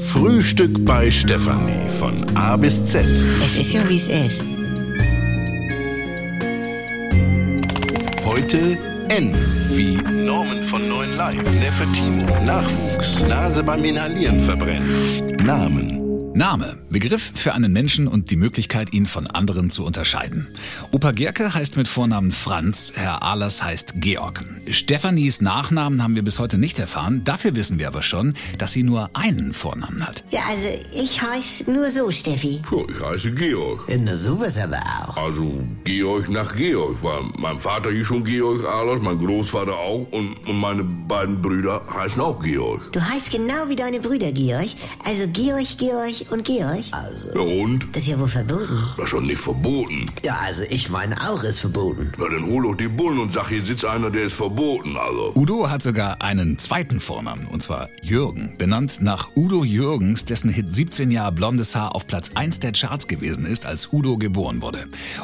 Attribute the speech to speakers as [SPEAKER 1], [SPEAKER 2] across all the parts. [SPEAKER 1] Frühstück bei Stefanie von A bis Z.
[SPEAKER 2] Es ist ja, wie es ist.
[SPEAKER 1] Heute N wie Norman von Neuen Live, Nefertimo, Nachwuchs, Nase beim Inhalieren verbrennen, Namen,
[SPEAKER 3] Name, Begriff für einen Menschen und die Möglichkeit, ihn von anderen zu unterscheiden. Opa Gerke heißt mit Vornamen Franz, Herr Ahlers heißt Georg. Stephanies Nachnamen haben wir bis heute nicht erfahren, dafür wissen wir aber schon, dass sie nur einen Vornamen hat.
[SPEAKER 2] Ja, also ich heiße nur so, Steffi.
[SPEAKER 4] Ja, ich heiße Georg.
[SPEAKER 5] Na sowas aber auch.
[SPEAKER 4] Also Georg nach Georg, weil mein Vater hieß schon Georg Ahlers, mein Großvater auch und, und meine beiden Brüder heißen auch Georg.
[SPEAKER 2] Du heißt genau wie deine Brüder, Georg. Also Georg, Georg und Georg.
[SPEAKER 4] Ja und?
[SPEAKER 2] Ah, Das ist ja wohl verboten.
[SPEAKER 4] Das ist doch nicht verboten.
[SPEAKER 5] Ja, also ich meine auch, ist verboten.
[SPEAKER 4] Na, dann hol doch die Bullen und sag, hier sitzt einer, der ist verboten, also.
[SPEAKER 3] Udo hat sogar einen zweiten Vornamen, und zwar Jürgen, benannt nach Udo Jürgens, dessen Hit 17 Jahre blondes Haar auf Platz 1 der Charts gewesen ist, als Udo geboren wurde.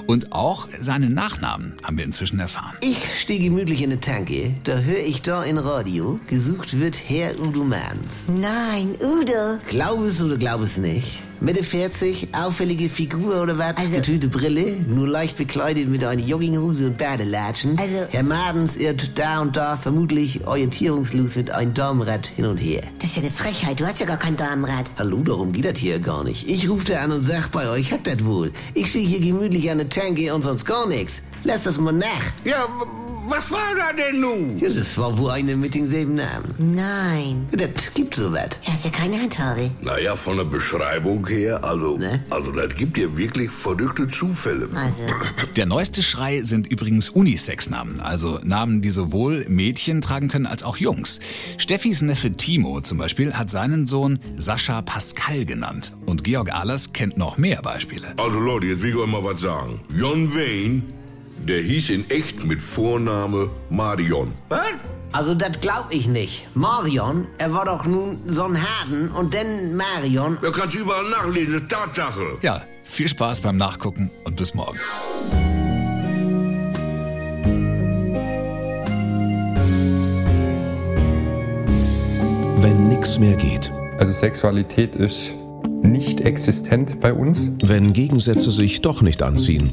[SPEAKER 3] Und auch seinen Nachnamen haben wir inzwischen erfahren.
[SPEAKER 5] Ich stehe gemütlich in der Tanke, da höre ich da in Radio, gesucht wird Herr Udo Manns.
[SPEAKER 2] Nein, Udo.
[SPEAKER 5] Glaub es oder glaub es nicht? Mitte 40, auffällige Figur oder was?
[SPEAKER 2] Also-
[SPEAKER 5] Getönte Brille, nur leicht bekleidet mit einer Jogginghose und Badelatschen.
[SPEAKER 2] Also-
[SPEAKER 5] Herr Madens irrt da und da vermutlich orientierungslos mit einem Daumenrad hin und her.
[SPEAKER 2] Das ist ja eine Frechheit. Du hast ja gar kein Damenrad.
[SPEAKER 5] Hallo, darum geht das hier gar nicht. Ich rufte an und sag bei euch, hat das wohl. Ich stehe hier gemütlich an der Tanke und sonst gar nichts. Lass das mal nach.
[SPEAKER 4] Ja, w- was war da denn nun?
[SPEAKER 5] Ja, das war wohl eine mit demselben Namen.
[SPEAKER 2] Nein.
[SPEAKER 5] Das gibt sowas.
[SPEAKER 2] Du hast ja keine Handhabe.
[SPEAKER 4] Naja, von der Beschreibung her, also,
[SPEAKER 5] Ne?
[SPEAKER 4] also das gibt ja wirklich verrückte Zufälle.
[SPEAKER 2] Also,
[SPEAKER 3] Der neueste Schrei sind übrigens Unisex-Namen, also Namen, die sowohl Mädchen tragen können als auch Jungs. Steffis Neffe Timo zum Beispiel hat seinen Sohn Sascha Pascal genannt. Und Georg Ahlers kennt noch mehr Beispiele.
[SPEAKER 4] Also Leute, jetzt will ich euch mal was sagen. John Wayne, der hieß in echt mit Vorname Marion.
[SPEAKER 5] Also, das glaub ich nicht. Marion, er war doch nun so ein Harden und dann Marion.
[SPEAKER 4] Da kannst du überall nachlesen, das ist Tatsache.
[SPEAKER 3] Ja, viel Spaß beim Nachgucken und bis morgen.
[SPEAKER 6] Wenn nichts mehr geht.
[SPEAKER 7] Also Sexualität ist nicht existent bei uns.
[SPEAKER 6] Wenn Gegensätze sich doch nicht anziehen.